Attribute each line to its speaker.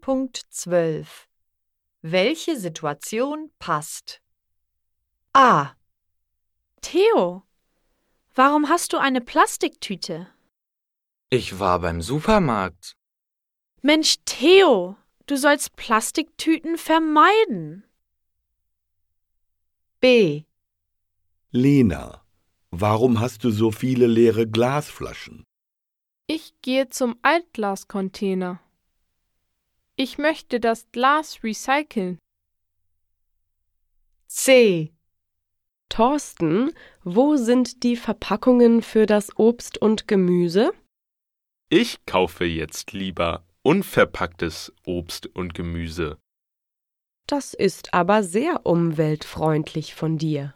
Speaker 1: 9.12 Welche Situation passt? A.
Speaker 2: Theo, warum hast du eine Plastiktüte?
Speaker 3: Ich war beim Supermarkt.
Speaker 2: Mensch, Theo, du sollst Plastiktüten vermeiden.
Speaker 1: B.
Speaker 4: Lena, warum hast du so viele leere Glasflaschen?
Speaker 5: Ich gehe zum Altglascontainer. Ich möchte das Glas recyceln.
Speaker 1: C.
Speaker 6: Thorsten, wo sind die Verpackungen für das Obst und Gemüse?
Speaker 7: Ich kaufe jetzt lieber unverpacktes Obst und Gemüse.
Speaker 6: Das ist aber sehr umweltfreundlich von dir.